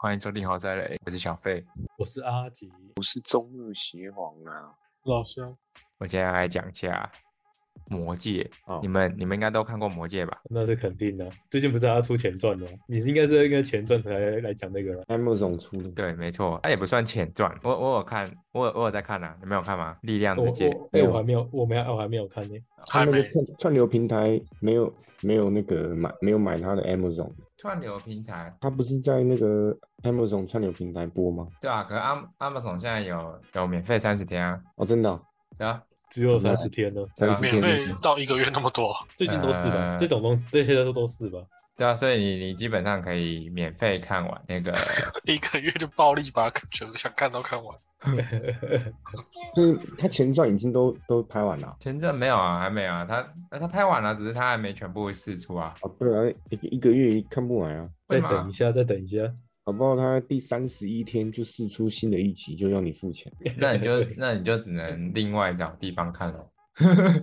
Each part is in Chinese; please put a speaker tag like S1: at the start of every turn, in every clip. S1: 欢迎收听豪宅雷，我是小费。
S2: 我是阿吉，
S3: 是中日协皇啊，
S2: 老乡，
S1: 我现在来讲一下《魔戒》
S3: 哦
S1: 你们你们应该都看过《魔戒》吧？
S2: 那是肯定的、最近不是还要出前传的吗？你应该是应该前传才来来讲那个了。
S3: ，Amazon 出的，
S1: 对，没错，它也不算前传。我我有看，我有我有在看啊，你们有看吗？力量
S2: 我
S1: 之戒，
S2: 我哎、
S3: 没有
S2: 我还没有，我没有，我还没有看呢、
S3: 他
S4: 还
S3: 那个
S4: 没
S3: 串串流平台没有没有那个买没有买他的 Amazon，
S1: 串流平台，
S3: 他不是在那个 Amazon 串流平台播吗？
S1: 对啊，可是阿阿 m 总现在有有免费三十天啊，
S3: 哦，真的啊、
S1: 对啊，
S2: 只有
S3: 真
S2: 三
S3: 的
S2: 十天了，
S3: 三十
S4: 啊免
S3: 天
S4: 费
S3: 的
S4: 到一个月那么多，
S2: 最近都是吧？
S1: 呃
S2: 这种东西，这些都都是 吧？
S1: 对啊，所以你你基本上可以免费看完 那个
S4: 一个月就暴力把全部想看都看完。
S3: 就是他前传已经都都拍完了啊
S1: 前阵没有啊，还没有啊，他呃他拍完了，只是他还没全部试出啊。
S3: 啊，不然一个一个月看不完啊，
S2: 再
S1: 会吗
S2: 等一下，再等一下。
S3: 搞不好他第三十一天就试出新的一集，就要你付钱。
S1: 那你就那你就只能另外找地方看了。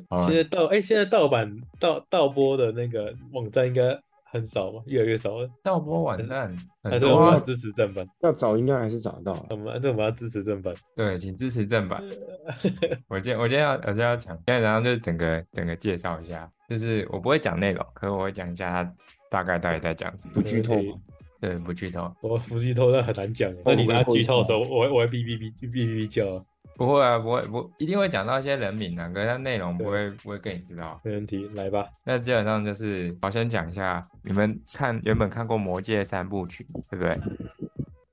S1: 好啊
S2: 现在盗哎、现在盗版盗盗播的那个网站应该很少吧？越来越少了。
S1: 盗播网站
S2: 还
S1: 很
S2: 是我
S1: 多
S2: 们要
S1: 啊，
S2: 支持正版，
S3: 要找应该还是找得到啊
S2: 我
S4: 呃
S2: 们还是我们要支持正版。
S1: 对，请支持正版。
S2: 呃
S1: 我今天我今天要我今天要讲，今天然后就是整个整个介绍一下，就是我不会讲内容，可是我会讲一下它大概到底在讲什么
S3: 不。剧透
S2: 对
S3: 嘛，
S1: 对，不剧透。
S2: 我伏击偷那很难讲耶，
S3: 哦
S2: 那你
S3: 我
S2: 拿
S3: 会
S2: 剧透的时候，我会我会哔哔哔哔哔哔叫啊，
S1: 不会啊，不会不一定会讲到一些人名啊，可是它内容不会不会跟你知道。
S2: 没问题，来吧。
S1: 那基本上就是，我先讲一下，你们看原本看过《魔戒》三部曲，对不对？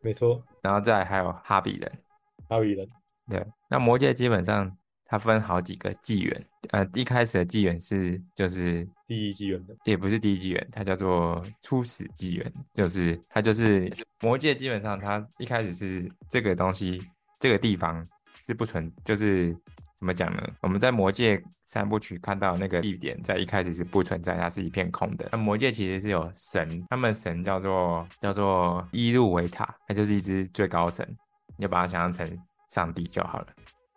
S2: 没错，
S1: 然后再来还有《哈比人》，
S2: 阿比人，
S1: 对，那魔戒基本上它分好几个纪元，呃，一开始的纪元是就是
S2: 第一纪元的，
S1: 也不是第一纪元，它叫做初始纪元，就是它就是魔戒基本上它一开始是这个东西这个地方是不存，就是怎么讲呢？我们在魔戒三部曲看到那个地点在一开始是不存在，它是一片空的。那魔戒其实是有神，他们神叫做叫做伊路维塔，它就是一只最高神，你就把它想象成上帝就好了。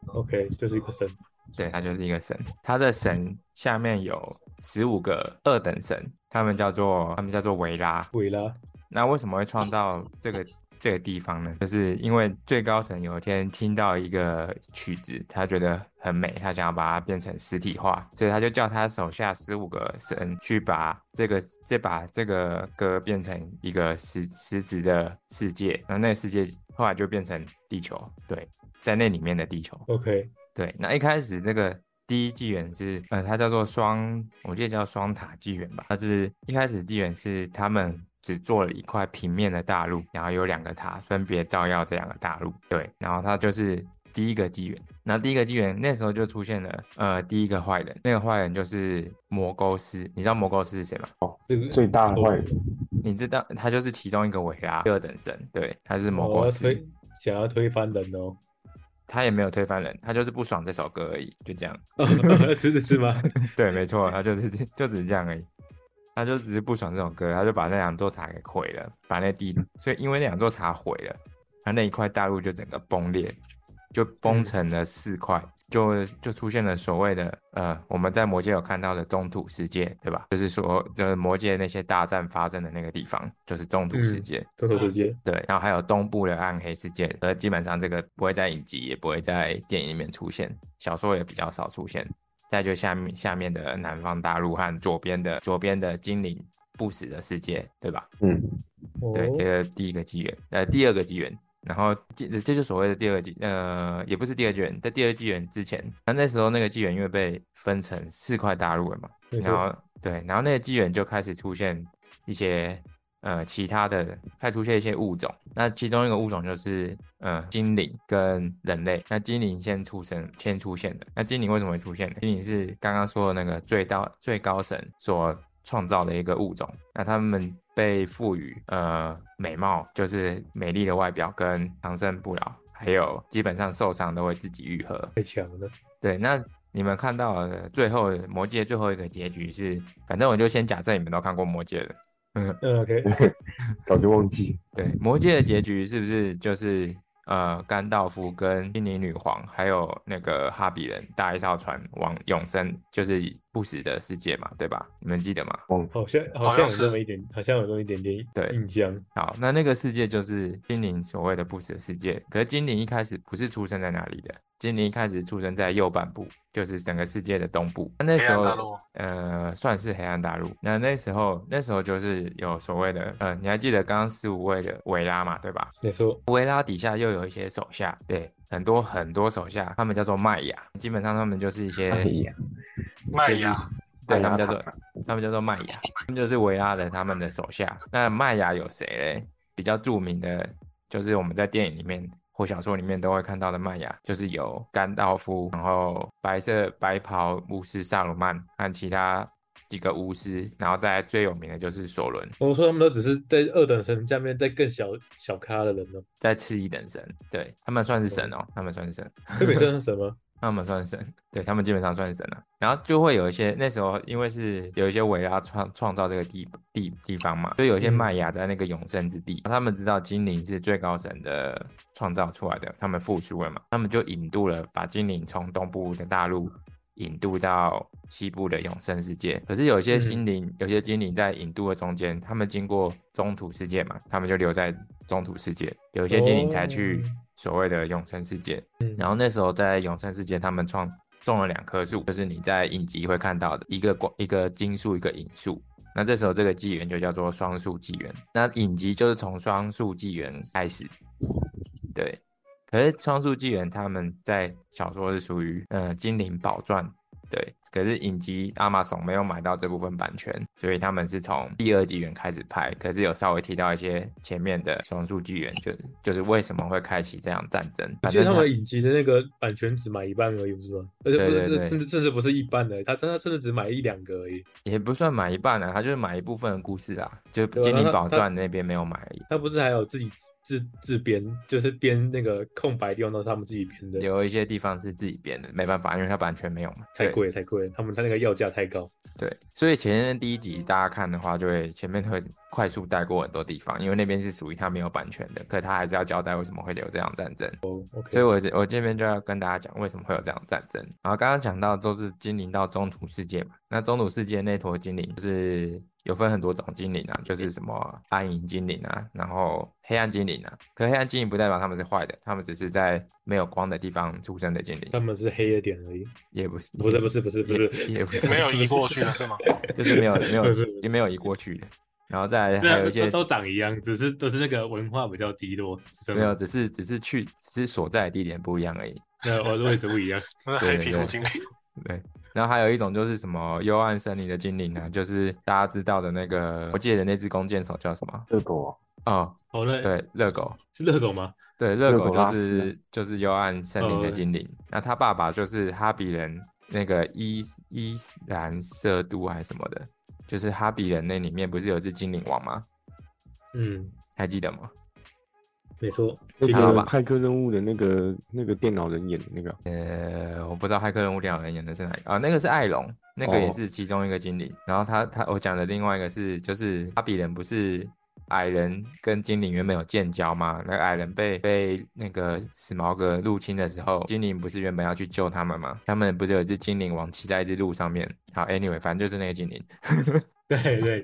S2: OK，就是一个神，
S1: 对，他就是一个神，他的神下面有十五个二等神，他们叫做他们叫做维拉。
S2: 维拉，
S1: 那为什么会创造这个这个地方呢？就是因为最高神有一天听到一个曲子，他觉得很美，他想要把它变成实体化，所以他就叫他手下十五个神去把这个这把这个歌变成一个实实质的世界，然后那个世界后来就变成地球，对，在那里面的地球。
S2: OK，
S1: 对，那一开始这个第一纪元是，呃，它叫做双，我记得叫双塔纪元吧。它是一开始纪元是他们只做了一块平面的大陆，然后有两个塔分别照耀这两个大陆。对，然后它就是第一个纪元。那第一个纪元那时候就出现了，呃，第一个坏人，那个坏人就是魔钩师。你知道魔钩师是谁吗？
S2: 这个
S3: 最大的坏人，
S1: 你知道他就是其中一个维拉第二等神，对，他是魔
S2: 我
S5: 哦
S1: 钩
S2: 要
S1: 师。
S2: 推，想要推翻人哦，
S1: 他也没有推翻人，他就是不爽这首歌而已，就这样。哦
S2: 真的是吗？
S1: 对，没错，他就是就只是这样而已。他就只是不爽这首歌，他就把那两座塔给毁了，把那地，所以因为那两座塔毁了，他那一块大陆就整个崩裂，就崩成了四块，就就出现了所谓的呃，我们在魔界有看到的中土世界，对吧？就是说，就是魔界那些大战发生的那个地方，就是中土世
S2: 嗯
S1: 界。
S2: 这首世界，
S1: 对，然后还有东部的暗黑世界，而基本上这个不会在影集，也不会在电影里面出现，小说也比较少出现。再就下面下面的南方大陆和左边的左边的精灵不死的世界，对吧？
S3: 嗯，
S2: 哦，
S1: 对，这个第一个纪元，呃，第二个纪元，然后这这就是所谓的第二纪，呃，也不是第二纪元，在第二纪元之前，那那时候那个纪元因为被分成四块大陆了嘛，
S2: 没错
S1: 然后对，然后那个纪元就开始出现一些呃其他的，开始出现一些物种。那其中一个物种就是呃精灵跟人类。那精灵先出生，先出现的。那精灵为什么会出现呢？精灵是刚刚说的那个最高最高神所创造的一个物种。那他们被赋予呃美貌，就是美丽的外表跟长生不老，还有基本上受伤都会自己愈合。
S2: 太强了，
S1: 对，那你们看到的最后《魔戒》最后一个结局是，反正我就先假设你们都看过《魔戒》了。
S2: 嗯，OK，
S3: 早就忘记了。
S1: 对，《魔戒》的结局是不是就是呃，甘道夫跟精灵女皇，还有那个哈比人大一艘船往永生，就是不死的世界嘛，对吧？你们记得吗？
S2: 好像好
S4: 好像
S2: 像有
S4: 是
S2: 那么一点，好像有那么一点点
S1: 对
S2: 印象。
S1: 好，那那个世界就是精灵所谓的不死的世界。可是精灵一开始不是出生在哪里的，精灵一开始出生在右半部，就是整个世界的东部。那那
S4: 黑
S1: 时
S4: 暗
S1: 候，
S4: 大陆
S1: 呃，算是黑暗大陆。那那时候，那时候就是有所谓的，呃，你还记得刚刚十五位的维拉嘛，对吧？
S2: 没错，
S1: 维拉底下又有一些手下，对，很多很多手下，他们叫做麦雅，基本上他们就是一些，
S3: 哎呀，
S4: 麦 芽
S1: 对
S3: 麦
S1: 他们叫
S3: 芽
S1: 做他们叫做麦雅，他们就是维拉人他们的手下。那麦雅有谁嘞？比较著名的就是我们在电影里面或小说里面都会看到的麦雅，就是有甘道夫，然后白色白袍巫师萨鲁曼和其他几个巫师，然后再来最有名的就是索伦，
S2: 我说他们都只是在二等神下面再更小小咖的人呢，哦
S1: 再次一等神，对他们算是神哦，他们算是神。
S2: 特别像是什么？
S1: 他们算神，对他们基本上算神了、然后就会有一些那时候，因为是有一些维拉创创造这个地地地方嘛，就有一些
S2: 嗯
S1: 麦雅在那个永生之地，他们知道精灵是最高神的创造出来的，他们付出了嘛，他们就引渡了，把精灵从东部的大陆引渡到西部的永生世界。可是有些
S2: 嗯
S1: 心灵，有些精灵在引渡的中间，他们经过中土世界嘛，他们就留在中土世界，有些精灵才去
S2: 哦
S1: 所谓的永生世界。
S2: 嗯
S1: 然后那时候在永生世界，他们创种了两棵树，就是你在影集会看到的一个光一个金树一个银树。那这时候这个纪元就叫做双树纪元。那影集就是从双树纪元开始，对。可是双树纪元他们在小说是属于呃精灵宝钻，对。可是影集阿玛总没有买到这部分版权，所以他们是从第二纪元开始拍，可是有稍微提到一些前面的双树纪元，就就是为什么会开启这样战争。
S2: 我
S1: 反
S2: 记得
S1: 正
S2: 他
S1: 它
S2: 们影集的那个版权只买一半而已，不是吗？而且不
S1: 对对对
S2: 是，甚至甚至不是一半的，他真的甚至只买一两个而已。
S1: 也不算买一半啊，他就是买一部分的故事啊，就
S2: 对啊
S1: 精
S2: 那
S1: 灵
S2: 他
S1: 宝
S2: 他
S1: 钻那边没有买而已。
S2: 他不是还有自己自自自编，就是编那个空白地方都是他们自己编的，
S1: 有一些地方是自己编的，没办法，因为它版权没有嘛。
S2: 太
S1: 对
S2: 贵了太贵了，他们他那个要价太高。
S1: 对，所以前面第一
S2: 嗯
S1: 集大家看的话，就会前面会快速带过很多地方，因为那边是属于他没有版权的，可他还是要交代为什么会有这样战争。
S2: OK，
S1: 所以我这我这边就要跟大家讲为什么会有这样战争。然后刚刚讲到都是精灵到中土世界嘛，那中土世界那坨精灵就是有分很多种精灵啊，就是什么暗影精灵啊，然后黑暗精灵啊。可黑暗精灵不代表他们是坏的，他们只是在没有光的地方出生的精灵，
S2: 他们是黑的点而已，
S1: 也不是
S2: 不是不是不是不
S1: 也
S2: 是，
S1: 也不是
S4: 没有移过去了 是吗？
S1: 就是没有没有
S2: 不 是不是
S1: 也没有移过去的。然后再来
S2: 对啊
S1: 还有一些
S2: 都长一样，只是都是那个文化比较低落，是真
S1: 没
S2: 的
S1: 有，只是只是去只是所在的地点不一样而已。
S2: 那我的位置不一样。
S4: 那是
S1: 对
S4: 黑
S1: 对
S4: 皮肤
S1: 对
S4: 精灵，
S1: 对，然后还有一种就是什么幽暗森林的精灵呢、啊就是大家知道的那个，我记得那只弓箭手叫什么？
S3: 热狗啊，
S1: 哦，
S2: 哦，那
S1: 对，热狗，
S2: 是热狗吗？
S1: 对，热
S3: 热
S1: 狗
S3: 狗
S1: 就
S3: 拉丝
S1: 是就是幽暗森林的
S2: 哦
S1: 精灵。那他爸爸就是哈比人那个伊斯伊斯兰色都还是什么的，就是哈比人那里面不是有只精灵王吗？
S2: 嗯，
S1: 还记得吗？
S2: 没错，
S3: 那
S1: 他爸
S3: 个
S1: 爸
S3: 派克任务的那个那个电脑人演的那个，
S1: 呃，我不知道《骇客任务》两人演的是哪一个啊？那个是艾龙，那个也
S3: 哦
S1: 是其中一个精灵。然后他他我讲的另外一个是，就是哈比人不是矮人跟精灵原本有建交吗？那个矮人被被那个史矛革入侵的时候，精灵不是原本要去救他们吗？他们不是有一只精灵王骑在一只鹿上面？好，anyway，反正就是那个精灵。
S2: 对对，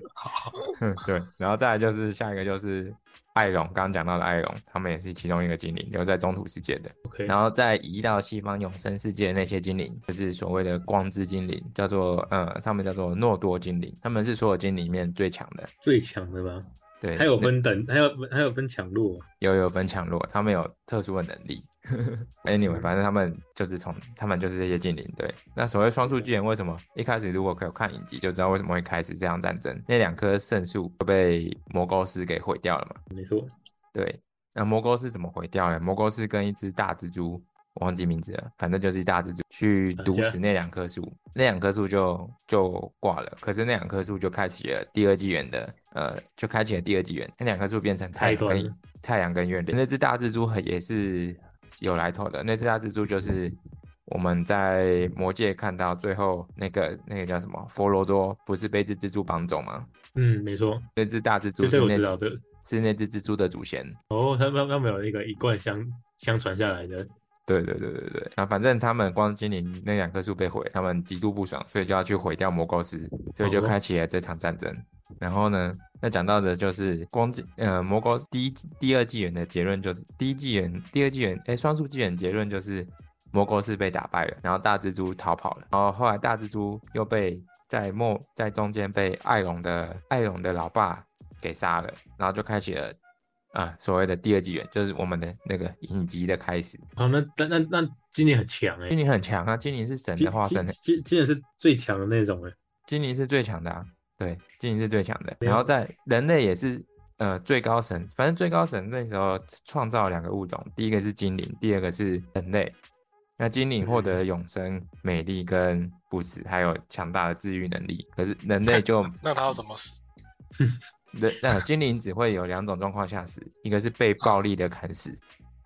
S1: 哼 对，然后再来就是下一个就是艾龙，刚刚讲到的艾龙，他们也是其中一个精灵，留在中土世界的。
S2: OK
S1: 然后再移到西方永生世界的那些精灵，就是所谓的光之精灵，叫做呃，他们叫做诺多精灵，他们是所有精灵里面最强的。
S2: 最强的吧？
S1: 对，
S2: 还有分等，还有还有分强弱，
S1: 有有分强弱，他们有特殊的能力。anyway，反正
S2: 嗯
S1: 他们就是从他们就是这些精灵。对，那所谓双树纪元，为什么一开始如果有看影集就知道为什么会开始这样战争？那两棵圣树都被魔勾斯给毁掉了嘛？
S2: 没错。
S1: 对，那魔钩是怎么毁掉呢？魔钩是跟一只大蜘蛛，我忘记名字了，反正就是一大蜘蛛去
S2: 嗯
S1: 毒
S2: 这样
S1: 死那两棵树，那两棵树就就挂了。可是那两棵树就开启了第二纪元的，呃，就开启了第二纪元，那两棵树变成
S2: 开
S1: 太阳
S2: 端
S1: 跟
S2: 了
S1: 太阳跟月亮。那只大蜘蛛很也是有来头的，那只大蜘蛛就是。我们在魔界看到最后那个那个叫什么佛罗多，不是被一只蜘蛛绑走吗？
S2: 嗯，没错，
S1: 那只大蜘蛛
S2: 这
S1: 是
S2: 个我
S1: 那
S2: 知
S1: 只
S2: 道这个
S1: 是那只蜘蛛的祖先，
S2: 哦，他们他们有那个一贯相相传下来的，
S1: 对对对对对，那反正他们光精灵那两棵树被毁，他们极度不爽，所以就要去毁掉魔构斯，所以就
S2: 哦
S1: 开启了这场战争。然后呢，那讲到的就是光纪呃魔构斯第一季第二纪元的结论就是第一纪元第二纪元哎双数纪元结论就是魔构斯被打败了，然后大蜘蛛逃跑了，然后后来大蜘蛛又被在末在中间被艾隆的艾隆的老爸给杀了，然后就开启了。啊、所谓的第二纪元就是我们的那个影集的开始，
S2: 好，哦那那那那今年很强哎、
S1: 精灵很强啊，精灵是神
S2: 今
S1: 的化身欸，
S2: 今今年是最强的那种哎、
S1: 精灵是最强的啊，对，精灵是最强的。然后在人类也是呃最高神，反正最高神那时候创造了两个物种，第一个是精灵，第二个是人类。那精灵获得永生、美丽跟不死，还有强大的治愈能力。可是人 类就
S4: 那他要怎么死？
S1: 人那呃精灵只会有两种状况下死，一个是被暴力的砍死，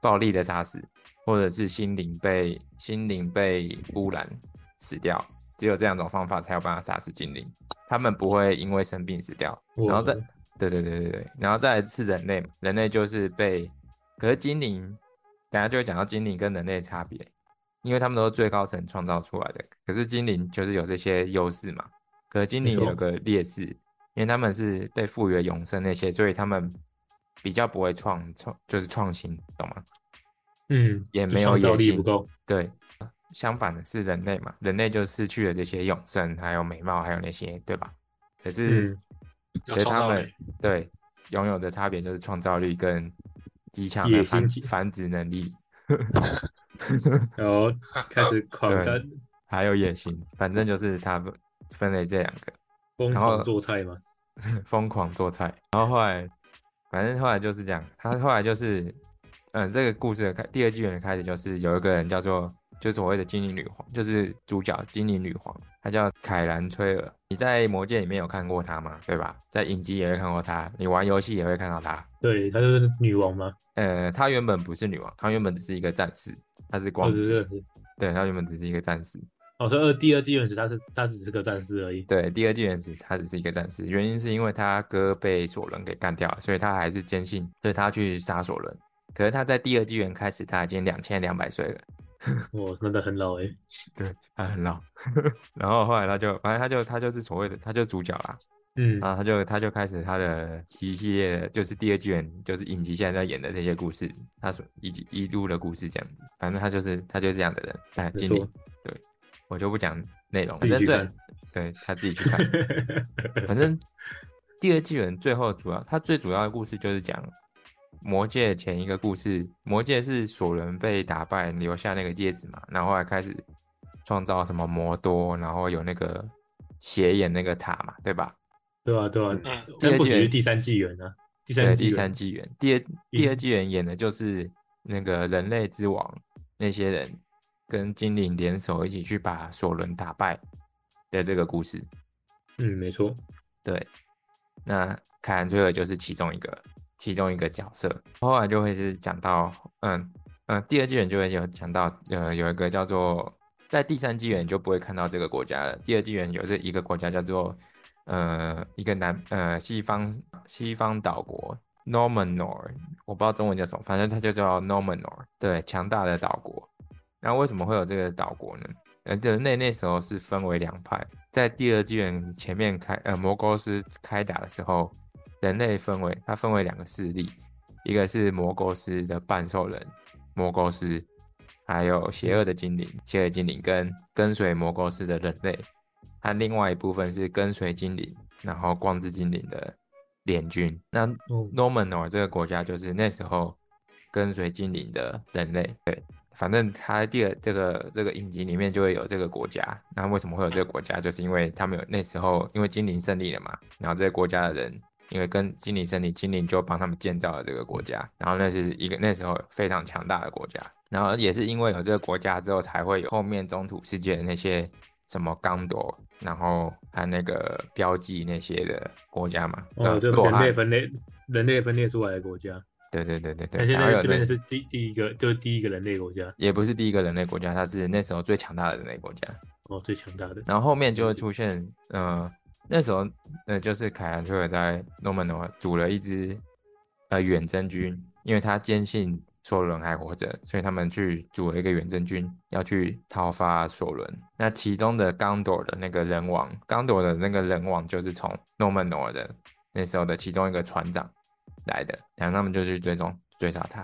S1: 暴力的杀死，或者是心灵被心灵被污染死掉。只有这两种方法才有办法杀死精灵，他们不会因为生病死掉。
S2: 我
S1: 然后再对对对对对，然后再来是人类嘛，人类就是被，可是精灵，等一下就会讲到精灵跟人类的差别，因为他们都是最高层创造出来的，可是精灵就是有这些优势嘛，可是精
S2: 没
S1: 灵
S2: 错
S1: 有个劣势，因为他们是被赋予了永生那些，所以他们比较不会创创就是创新，懂吗？
S2: 嗯
S1: 也
S2: 就
S1: 没有
S2: 创造
S1: 野
S2: 力
S1: 心
S2: 不够，
S1: 对，相反的是人类嘛，人类就失去了这些永生，还有美貌，还有那些，对吧？可是。
S2: 嗯
S4: 有
S1: 可是
S4: 创
S1: 他
S4: 造
S1: 们
S4: 力，
S1: 对拥有的差别就是创造力跟极强
S2: 野
S1: 的
S2: 心
S1: 繁
S2: 极
S1: 繁殖能力，
S2: 然后开 始狂
S1: 对
S2: 干
S1: 还有野心，反正就是他们分类这两个
S2: 疯
S1: 然后
S2: 狂做菜嘛，
S1: 疯狂做菜，然后后来反正后来就是这样，他后来就是嗯，这个故事的开第二纪元的开始就是有一个人叫做。就是所谓的精灵女皇，就是主角精灵女皇，她叫凯兰崔尔。你在魔戒里面有看过她吗？对吧？在影集也会看过她，你玩游戏也会看到她。
S2: 对，她就是女王嘛，
S1: 呃，她原本不是女王，她原本只是一个战士，她哦是光
S2: 或
S1: 之
S2: 者是
S1: 对，他原本只是一个战士。
S2: 哦，说二第二纪元时她是她只是个战士而已，
S1: 对，第二纪元只他只是一个战士，原因是因为他哥被索伦给干掉了，所以他还是坚信，所以他去杀索伦。可是他在第二纪元开始，他已经两千两百岁了，
S2: 我真的很老哎、
S1: 对他很老。 然后后来他就，反正他就他就是所谓的，他就主角啦。
S2: 嗯，
S1: 然后他就他就开始他的一系列的，就是第二纪元，就是影集现在在演的这些故事，他所一集一路的故事这样子。反正他就是他就是这样的人，哎，
S2: 没
S1: 经理
S2: 错，
S1: 对我就不讲内容，
S2: 自
S1: 反
S2: 己去
S1: 正最
S2: 看
S1: 对他自己去看。反正第二纪元最后主要，它最主要的故事就是讲魔界前一个故事，魔界是索伦被打败留下那个戒指嘛，然后后来开始创造什么魔多，然后有那个斜眼那个塔嘛，对吧？
S2: 对啊对啊，
S4: 嗯
S2: 但不
S1: 第
S2: 只
S1: 二纪元
S2: 是第三纪元啊，第
S1: 对，
S2: 三纪
S1: 第
S2: 元
S1: 三纪元，第二第二
S2: 嗯
S1: 纪元演的就是那个人类之王那些人跟精灵联手一起去把索伦打败的这个故事。
S2: 嗯，没错，
S1: 对，那凯兰崔尔就是其中一个其中一个角色。后来就会是讲到，嗯嗯、呃第二纪元就会有讲到，呃，有一个叫做在第三纪元就不会看到这个国家了。第二纪元有这一个国家叫做，呃，一个南呃西方西方岛国 Normanor，我不知道中文叫什么，反正它就叫 Normanor，对，强大的岛国。那为什么会有这个岛国呢？呃，人类那时候是分为两派，在第二纪元前面开呃魔勾斯开打的时候，人类分为它分为两个势力，一个是魔勾斯的半兽人魔勾斯，还有邪恶的精灵邪恶精灵跟跟随魔勾斯的人类，和另外一部分是跟随精灵然后光之精灵的联军。那
S2: 哦
S1: Normanor 这个国家就是那时候跟随精灵的人类，对，反正他第二这个这个影集里面就会有这个国家。那为什么会有这个国家？就是因为他们有那时候因为精灵胜利了嘛，然后这个国家的人因为跟精灵胜利，精灵就帮他们建造了这个国家。然后那是一个那时候非常强大的国家。然后也是因为有这个国家之后，才会有后面中土世界的那些什么刚铎，然后还有那个标记那些的国家嘛。
S2: 哦，就
S1: 洛
S2: 人
S1: 汗
S2: 类分裂人类分裂出来的国家，
S1: 对对对对对，
S2: 但现
S1: 才
S2: 在
S1: 会有
S2: 这边
S1: 那
S2: 是第第一个就是第一个人类国家
S1: 也不是第一个人类国家，它是那时候最强大的人类国家。
S2: 哦，最强大 的，
S1: 然后后面就会出现，呃，那时候呃就是凯兰崔尔在诺曼诺组了一支呃远征军，因为他坚信索伦还活着，所以他们去组了一个远征军，要去讨伐索伦。那其中的刚朵尔的那个人王，刚朵尔的那个人王就是从诺曼诺尔的那时候的其中一个船长来的，然后他们就去追踪追杀他。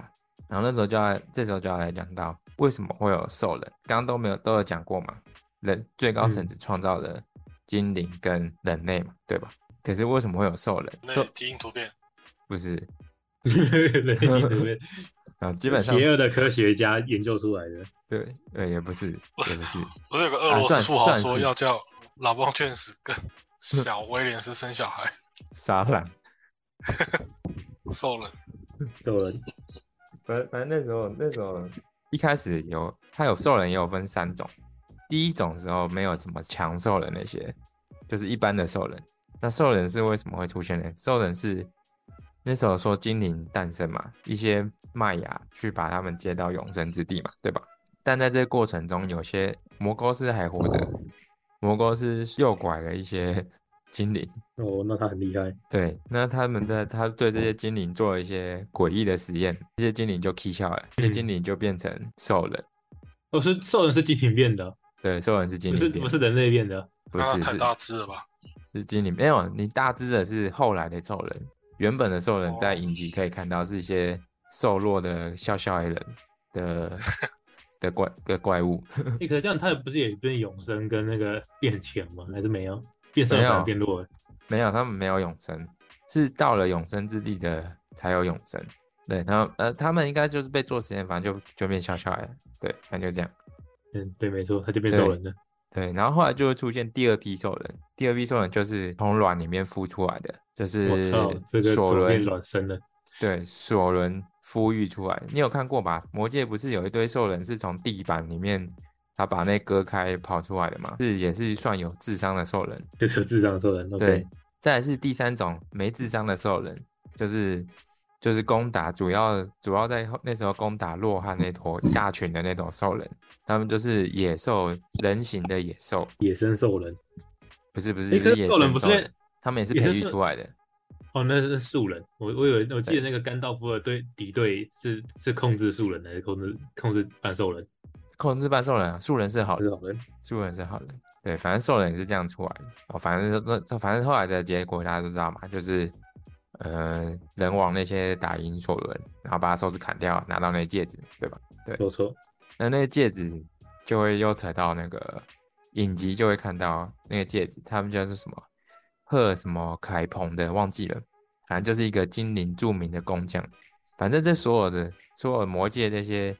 S1: 然后那时候就要，这时候就要来讲到为什么会有兽人，刚刚都没有都有讲过嘛，人最高层次创造了精灵跟人类嘛，对吧？可是为什么会有兽人？
S4: 那
S1: 兽
S4: 基因突变，
S1: 不是，
S5: 人体 突变，
S1: 啊，基本上
S5: 邪恶的科学家研究出来的。
S1: 对对也不是，也不是，
S4: 不是有个俄罗
S1: 啊算
S4: 斯富豪
S1: 算
S4: 说
S1: 是
S4: 要叫老邦卷死跟小威廉斯生小孩，
S1: 沙朗。
S4: 瘦了，
S5: 兽人
S1: 反反正那时候那时候一开始有它有兽人也有分三种，第一种时候没有什么强兽人那些，就是一般的兽人。那兽人是为什么会出现呢？兽人是那时候说精灵诞生嘛，一些麦芽去把他们接到永生之地嘛，对吧？但在这个过程中，有些魔勾斯还活着，魔勾斯诱拐了一些精灵，
S5: 哦，那他很厉害，
S1: 对，那他们的他对这些精灵做了一些诡异的实验，这些精灵就 k 笑了，这些
S5: 嗯
S1: 精灵就变成兽人，
S5: 哦，是兽人是精灵变的，
S1: 对，兽人是精
S5: 不是
S1: 灵变
S5: 不是人类 变的。
S1: 不
S4: 那
S1: 是
S4: 太
S1: 是
S4: 大只了吧？
S1: 是精灵，没有你大致的是后来的兽人，原本的兽人在
S4: 哦
S1: 影集可以看到是一些瘦弱的笑笑黑人 的的怪的怪物，
S5: 哎、可是这样他不是也变永生跟那个变强吗？还是没有？变身
S1: 没
S5: 反
S1: 有
S5: 而变弱了。
S1: 没有，他们没有永生，是到了永生之地的才有永生。对，然后呃，他们应该就是被做实验，反正就就变笑笑黑人，对，反正就这样。
S5: 嗯，对，没错，他就变
S1: 对
S5: 兽人了。
S1: 对，然后后来就会出现第二批兽人，第二批兽人就是从卵里面孵出来的，就是
S5: 我操，这个
S1: 索
S5: 左变
S1: 伦
S5: 卵生了。
S1: 对索伦孵育出来，你有看过吧？魔界不是有一堆兽人是从地板里面他把那割开跑出来的吗？是也是算有智商的兽人。
S5: 就是智障兽人。
S1: 对，，再来是第三种没智商的兽人，就是就是攻打主要主要在后那时候攻打洛汗那坨一大群的那种兽人，他们就是野兽人形的野兽。
S5: 野生兽人。
S1: 不是不是，
S5: 诶可
S1: 是
S5: 是
S1: 野
S5: 兽人
S1: 生
S5: 不
S1: 兽
S5: 是
S1: 人，他们也是
S5: 野
S1: 培
S5: 生
S1: 育
S5: 兽
S1: 出来的。
S5: 哦，那是树人。我我以为我记得那个甘道夫的对敌对是是控制树人还是控制控制半兽人？
S1: 控制半兽人啊，树人是好
S5: 还是
S1: 人，
S5: 好人？
S1: 树人是好人。对，反正兽人也是这样出来的。哦，反正这这反正后来的结果大家都知道嘛，就是呃，人王那些打赢索伦，然后把他手指砍掉，拿到那戒指，对吧？
S5: 没错，
S1: 那那个戒指就会又扯到那个影集，就会看到那个戒指，他们叫做什么赫什么凯鹏的，忘记了，反正就是一个精灵著名的工匠。反正这所有的所有魔界这些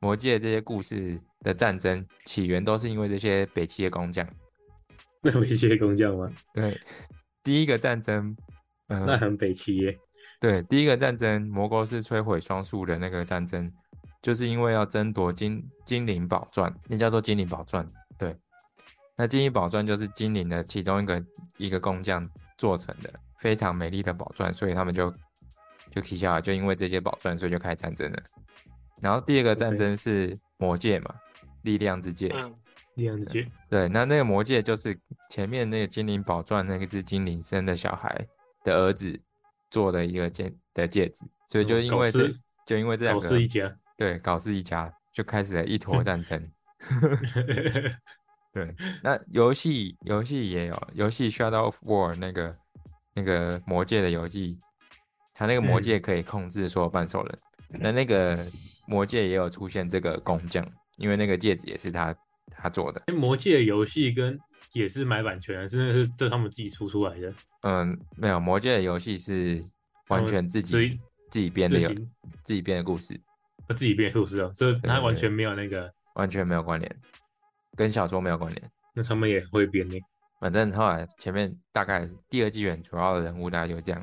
S1: 魔界这些故事的战争起源，都是因为这些北齐的工匠。
S5: 那没些工匠吗？
S1: 对， 第一个战争，嗯、
S5: 那很北齐 耶。
S1: 对，第一个战争，魔勾是摧毁双树的那个战争，就是因为要争夺精精灵宝钻，那叫做精灵宝钻。对，那精灵宝钻就是精灵的其中一个一个工匠做成的，非常美丽的宝钻，所以他们就就起下来，就因为这些宝钻，所以就开始战争了。然后第二个战
S5: OK
S1: 争是魔界嘛，力量之界。
S4: 嗯，
S5: 力量之戒，
S1: 对，那那个魔戒就是前面那个精灵宝钻那个只精灵生的小孩的儿子做的一个戒的戒指，所以就
S5: 嗯
S1: 因
S5: 搞
S1: 为这、
S5: 事
S1: 就因为这两
S5: 搞
S1: 个
S5: 事一 家。
S1: 对搞事一家就开始了 一坨战争。对，那游戏游戏也有游戏《Shadow of War》那个那个魔戒的游戏，它那个魔
S5: 嗯
S1: 戒可以控制所有半兽人，那那个魔戒也有出现这个工匠，因为那个戒指也是他他做的。
S5: 诶魔界游戏跟也是买版权，啊真的是这他们自己出出来的，
S1: 嗯，没有，魔界的游戏是完全自
S5: 自
S1: 己
S5: 己
S1: 自己编的
S5: 哦自
S1: 游，
S5: 行
S1: 自己编的故事，
S5: 呃自己变故事啊，这
S1: 对
S5: 他
S1: 对
S5: 完
S1: 对
S5: 全没有那个，
S1: 完全没有关联，跟小说没有关联。
S5: 那他们也会编呢。
S1: 反正后来前面大概第二纪元主要的人物大概就这样。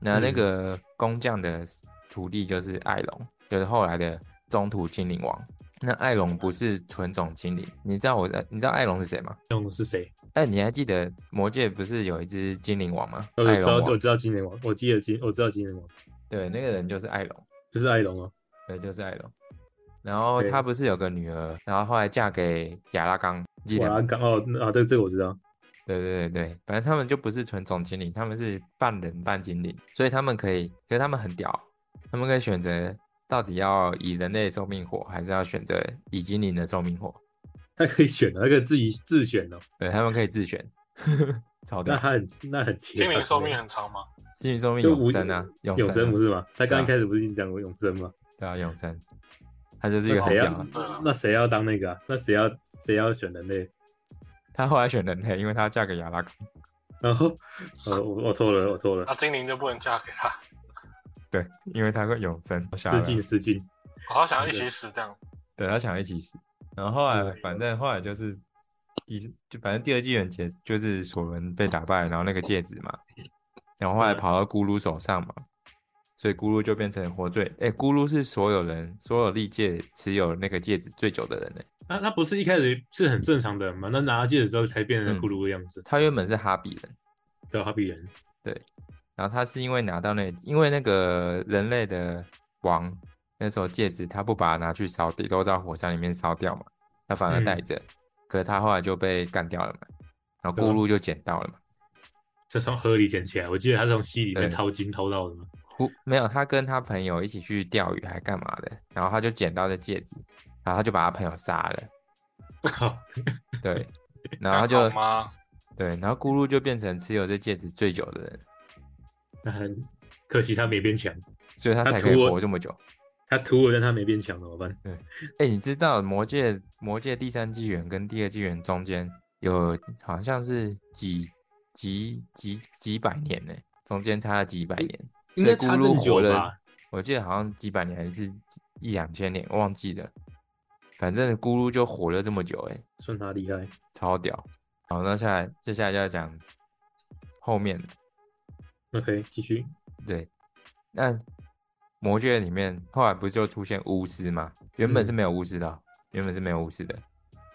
S1: 那那
S5: 嗯
S1: 个工匠的徒弟就是艾隆，就是后来的中土精灵王。那艾隆不是纯种精灵，你知道我在你知道艾隆是谁吗？
S5: 那种是谁？
S1: 哎、你还记得魔界不是有一只精灵王吗？
S5: 哦我
S1: 艾
S5: 知道，
S1: 隆
S5: 我
S1: 王，
S5: 知道金人王，我记得金，我知道金人王
S1: 对，那个人就是艾隆。
S5: 就是艾隆哦。
S1: 对，就是艾隆。然后
S5: 对
S1: 她不是有个女儿，然后后来嫁给亚拉冈，记得
S5: 瓦
S1: 吗
S5: 拉冈哦，啊，对，这个我知道。
S1: 对对对对，反正他们就不是纯种精灵，他们是半人半精灵，所以他们可以，所以他们很屌，他们可以选择到底要以人类的寿命火，还是要选择以精灵的寿命火？
S5: 他可以选的，他可以自己自选哦。
S1: 对，他们可以自选， 超
S5: 那
S1: 屌！
S5: 他很那很奇怪。
S4: 精灵寿命啊很长吗？
S1: 精灵寿命
S5: 就
S1: 永
S5: 无
S1: 生啊，永
S5: 永生
S1: 啊
S5: 不是吗？他刚一
S1: 对
S5: 开始不是一直讲过永生吗？
S1: 对啊，永生，他就是一
S5: 那
S1: 个很
S5: 谁
S1: 屌
S5: 要
S1: 的。
S4: 对啊
S5: 那谁要当那个啊？那谁要谁要选人类？
S1: 他后来选人类，因为他嫁给亚拉康。
S5: 然后呃，我我错了，我错了
S4: 那，精灵就不能嫁给他，
S1: 对，因为他会永生，吓
S5: 失
S1: 了
S5: 敬失敬。
S4: 我好想要一起死这样。
S1: 对他想一起死，然后后来反正后来就是第就反正第二季很结就是索伦被打败，然后那个戒指嘛，然后后来
S5: 嗯
S1: 跑到咕噜手上嘛，所以咕噜就变成活最哎，咕噜是所有人所有历届持有那个戒指最久的人欸呢。
S5: 那他不是一开始是很正常的人吗？那拿到戒指之后才变成
S1: 嗯
S5: 骷髅的样子，
S1: 他原本是哈比人，
S5: 对，哈比人。
S1: 然后他是因为拿到那因为那个人类的王那时候戒指，他不把它拿去烧掉，都到火山里面烧掉嘛，他反而
S5: 嗯
S1: 带着，可是他后来就被干掉了嘛，然后
S5: 对啊
S1: 咕噜就捡到了嘛。
S5: 就从河里捡起来，我记得他是从溪里
S1: 对
S5: 面掏金掏到的嘛。
S1: 不，没有，他跟他朋友一起去钓鱼还干嘛的，然后他就捡到这戒指，然后他就把他朋友杀了，
S5: 靠，
S1: 对，然后他就
S4: 吗？
S1: 对，然后咕噜就变成持有这戒指最久的人，
S5: 那很可惜他没变强，
S1: 所以他
S5: 他
S1: 才可以
S5: 图我
S1: 活这么久。
S5: 他屠我，但他没变强怎么办？
S1: 哎，你知道魔界魔界第三纪元跟第二纪元中间有好像是几几几几百年呢、中间差了几百年，
S5: 应
S1: 所以
S5: 该差
S1: 咕噜
S5: 更久
S1: 活了
S5: 吧，
S1: 我记得好像几百年还是一两千年，忘记了，反正咕噜就活了这么久、欸，哎。
S5: 算他厉害。
S1: 超屌。好，那下来接下来就要讲后面的
S5: OK，继续。
S1: 对，那魔戒里面后来不是就出现巫师吗？原本是
S5: 嗯
S1: 没有巫师的哦、原本是没有巫师的，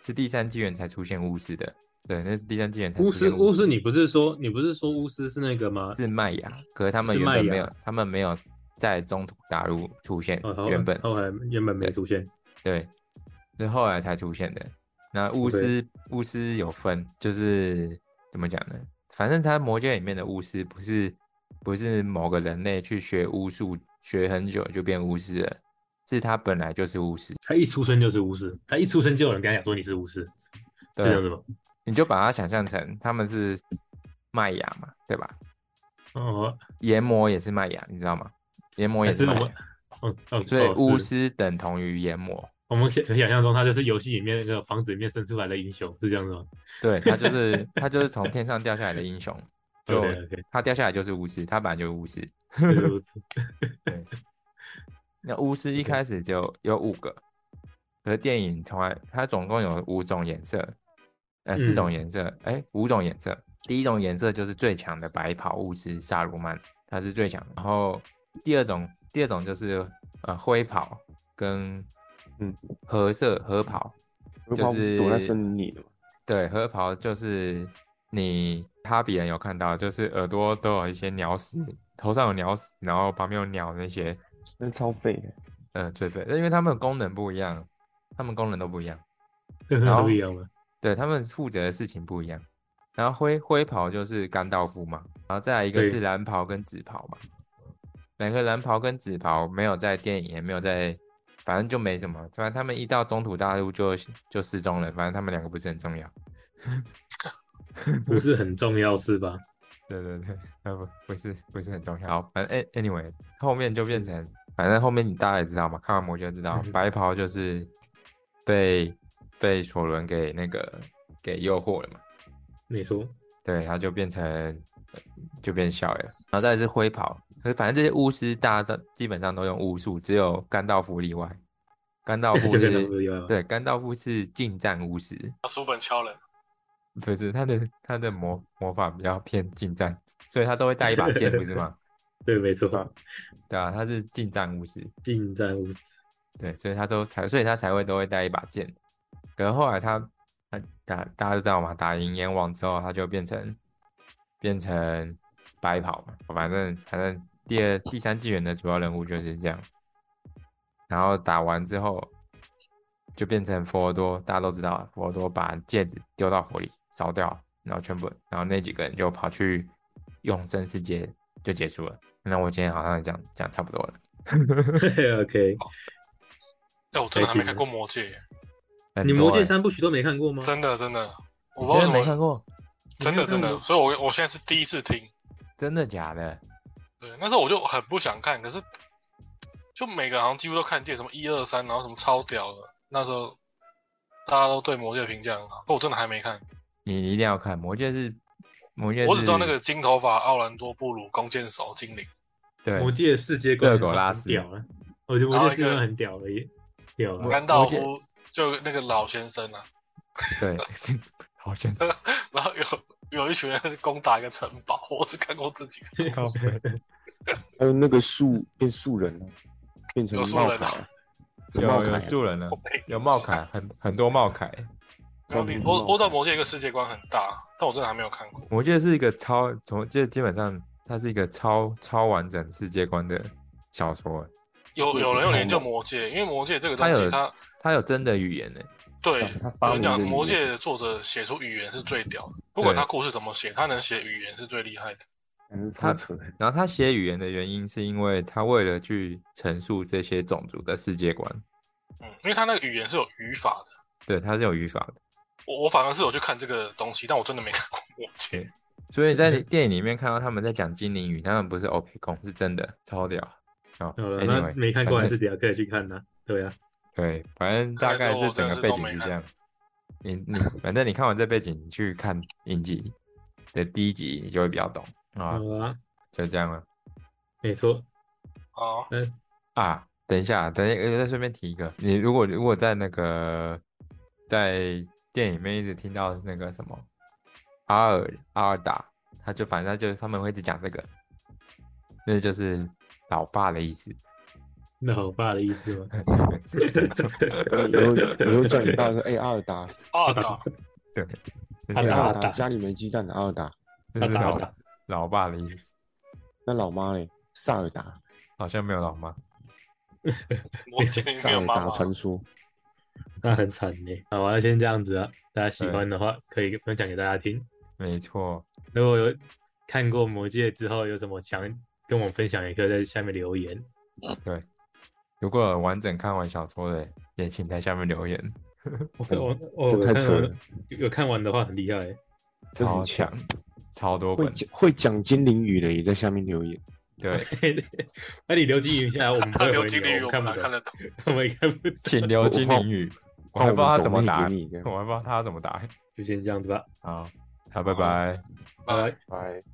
S1: 是第三纪元才出现巫师的。对，那是第三纪元才
S5: 巫
S1: 出
S5: 师，
S1: 现
S5: 巫
S1: 巫
S5: 师，你不是说你不是说巫师是那个吗？
S1: 是麦雅，可是他们
S5: 是
S1: 原
S5: 麦
S1: 本没
S5: 雅
S1: 有，他们没有在中土大陆出现，
S5: 哦，好
S1: 原本
S5: 后来原本没出现。
S1: 对，是后来才出现的。那巫
S5: OK
S1: 师巫师有分，就是怎么讲呢？反正他魔戒里面的巫师不是不是某个人类去学巫术学很久就变巫师了，是他本来就是巫师。
S5: 他一出生就是巫师，他一出生就有人跟他讲说你是巫师，是这
S1: 对
S5: 样子
S1: 啊，
S5: 吗？
S1: 你就把它想象成他们是麦雅嘛，对吧？
S5: 哦，
S1: 炎魔也是麦雅，你知道吗？炎魔也
S5: 还
S1: 是
S5: 是我
S1: 麦
S5: 们
S1: 雅，，
S5: 哦哦，
S1: 所以
S5: 哦是
S1: 巫师等同于炎魔。
S5: 我们想想象中他就是游戏里面那个房子里面生出来的英雄，是这样子吗
S1: 对他就是他就是从天上掉下来的英 雄，就
S5: ？OK OK，
S1: 他掉下来就是巫师，他本来就是巫师。
S5: 就 是巫师
S1: 那巫师一开始只有有五个，可是电影从来它总共有五种颜色，呃，四种颜色，哎、五种颜色。第一种颜色就是最强的白袍巫师萨鲁曼，他是最强。然后第二种，第二种就是呃灰袍跟
S3: 嗯
S1: 褐色褐袍，
S3: 何
S1: 就
S3: 况
S1: 是
S3: 躲在森林里的嘛。
S1: 对，褐袍就是你哈比人有看到，就是耳朵都有一些鸟屎，头上有鸟屎，然后旁边有鸟那些，
S3: 那超废的，
S1: 呃，最废，因为他们功能不一样，他们功能都不一样，然后
S5: 都一 样吗？
S1: 对他们负责的事情不一样。然后灰灰袍就是甘道夫嘛，然后再来一个
S5: 对
S1: 是蓝袍跟紫袍嘛，两个蓝袍跟紫袍没有在电影，也没有在，反正就没什么，反正他们一到中土大陆就就失踪了，反正他们两个不是很重要。
S5: 不是很重要是吧？
S1: 对对对，呃不不是不是很重要。好反正 a- anyway，后面就变成，反正后面你大家也知道嘛，看完魔就知道
S5: 嗯，哼
S1: 白袍就是被被索伦给那个给诱惑了嘛，
S5: 没错，
S1: 对，他就变成呃就变小了，然后再来是灰袍，可是反正这些巫师大家都基本上都用巫术，只有甘道夫例外。甘 道夫
S5: 就跟他
S1: 是
S5: 们，一样。，
S1: 啊
S5: 啊
S1: 对，甘道夫是近战巫师，
S4: 他书本敲人，
S1: 不是他的他的魔魔法比较偏近战，所以他都会带一把剑，不是吗？
S5: 对，没错，
S3: 啊
S1: 对啊，他是近战巫师，
S5: 近战巫师。
S1: 对，所以他都才，所以他才会都会带一把剑。可是后来他他打大家都知道嘛，打赢阎王之后，他就变成变成白袍嘛，反正反正第二第三纪元的主要人物就是这样。然后打完之后就变成佛罗多，大家都知道，佛罗多把戒指丢到火里烧掉，然后全部，然后那几个人就跑去永生世界就结束了。那我今天好像也讲讲差不多了。
S5: OK，
S4: 哎、我真的还没看过《魔戒》耶，
S1: 很
S5: 你
S1: 多
S5: 魔戒
S1: 欸
S5: 三部曲都没看过吗？
S4: 真的真的，
S1: 你
S4: 我不知道
S1: 真的
S4: 怎
S1: 没
S4: 么，
S1: 看过，
S4: 真
S5: 没
S4: 的
S5: 看
S4: 真的，
S5: 过
S4: 所以我我现在是第一次听。
S1: 真的假的？
S4: 对，那时候我就很不想看，可是就每个好像几乎都看见什么一二三，然后什么超屌的。那时候大家都对《魔戒》评价很好，可我真的还没看，
S1: 你你一定要看《魔戒》是《魔戒》，
S4: 我只知道那个金头发奥兰多布鲁弓箭手精灵，
S1: 对
S5: 魔戒世界观
S1: 热狗拉
S5: 很
S1: 丝
S5: 屌啊！我觉得魔戒世界观很屌而已，屌
S1: 我
S5: 啊！
S4: 甘道
S1: 戒
S4: 夫就那个老先生啊，
S1: 对， 好像是
S4: 然后有有一群人攻打一个城堡，我只看过这几个 东 西。
S3: 还有那个树变树人了，变成
S4: 有树
S3: 茂
S4: 人
S3: 凯
S4: 啊
S3: 啊，
S1: 有
S3: 茂凯
S1: 有
S3: 啊，
S1: 素人了
S4: 我，没
S1: 有茂凯，很很多茂凯。
S4: 然后你
S3: 詹姆斯
S4: 我
S3: 茂
S4: 我知道
S3: 凯
S4: 魔戒一个世界观很大，但我真的还没有看过。
S1: 魔戒是一个超从就基本上它是一个超超完整世界观的小说，欸
S4: 有
S3: 对
S4: 有人有
S3: 超
S4: 研究
S3: 猛
S4: 魔戒，因为魔戒这个东
S1: 它有
S4: 西它
S1: 它有真的语言欸呢。
S4: 对，
S3: 他
S4: 有
S3: 发
S4: 人
S3: 明的
S4: 讲，
S3: 理
S4: 魔
S3: 念
S4: 戒的作者写出语言是最屌的，不管
S1: 对
S4: 他故事怎么写，他能写语言是最厉害的。
S3: 嗯
S1: 他
S3: 超扯的，
S1: 然后他写语言的原因是因为他为了去陈述这些种族的世界观，
S4: 嗯，因为他那个语言是有语法的。
S1: 对，他是有语法的。
S4: 我我反而是有去看这个东西，但我真的没看过魔戒。
S1: 所以在电影里面看到他们在讲精灵语，他们不是 O P 控，是真的，超屌。好
S5: 好了，那
S1: ，anyway，
S5: 没看过还
S1: 反
S5: 是
S1: 正
S5: 屌，可以去看呐。对啊，
S1: 对，反正大概这整个背景是这样。 你你反正你看完这背景，你去看影集的第一集，你就会比较懂啊
S5: 好，啊，
S1: 就这样了
S5: 没错。
S4: 啊，
S5: 那
S1: 啊。等一下，等一下，再顺便提一个，你如果如果在那个在电影里面一直听到那个什么阿尔阿尔达，他就反正他就他们会一直讲这个，那就是老爸的意思。
S5: 那好爸的意 思吗？
S1: 没错
S3: 以后 以后叫你爸说，哎，阿尔达，
S4: 二啊打
S1: 对，
S5: 阿
S3: 哎
S5: 达
S3: 阿
S5: 阿
S3: 尔
S5: 达
S3: 达，家里没鸡蛋的阿尔达，
S1: 这是
S5: 阿达阿
S1: 老
S5: 达
S1: 老爸的意思，
S3: 那老妈嘞，萨尔达，
S1: 好像没有老妈。
S4: 魔戒里
S3: 萨
S4: 面有
S3: 尔
S4: 妈
S3: 达
S4: 妈，
S3: 传说，
S5: 那很惨呢。好啊，先这样子啊。大家喜欢的话，可以分享给大家听。
S1: 没错，
S5: 如果有看过《魔戒》之后有什么想跟我们分享，也可以在下面留言。
S1: 如果有完整看完小说的，也请在下面留言。
S5: 我看我我
S3: 这
S5: 有
S3: 太
S5: 看
S3: 扯
S5: 完
S3: 了，
S5: 有看完的话很厉害欸。
S3: 这很
S1: 超强，超多
S3: 会
S1: 本，
S3: 讲会讲精灵语的也在下面留言，
S1: 对，
S5: 欸 那你留金鱼下来，我们不
S4: 他
S5: 会
S4: 流
S5: 回
S4: 经
S5: 你
S4: 理
S5: 哦，我
S4: 我
S5: 看
S4: 们
S5: 不
S4: 哪看
S5: 懂，
S4: 得懂？
S5: 我们也看不懂。
S1: 请留精灵 语，我还不知道他怎么答，
S3: 那我们抖内给 你这样
S1: 我还不知道他怎么答。
S5: 就先这样子吧，
S1: 好，好，拜拜。
S4: 啊
S5: 拜拜。
S3: 拜。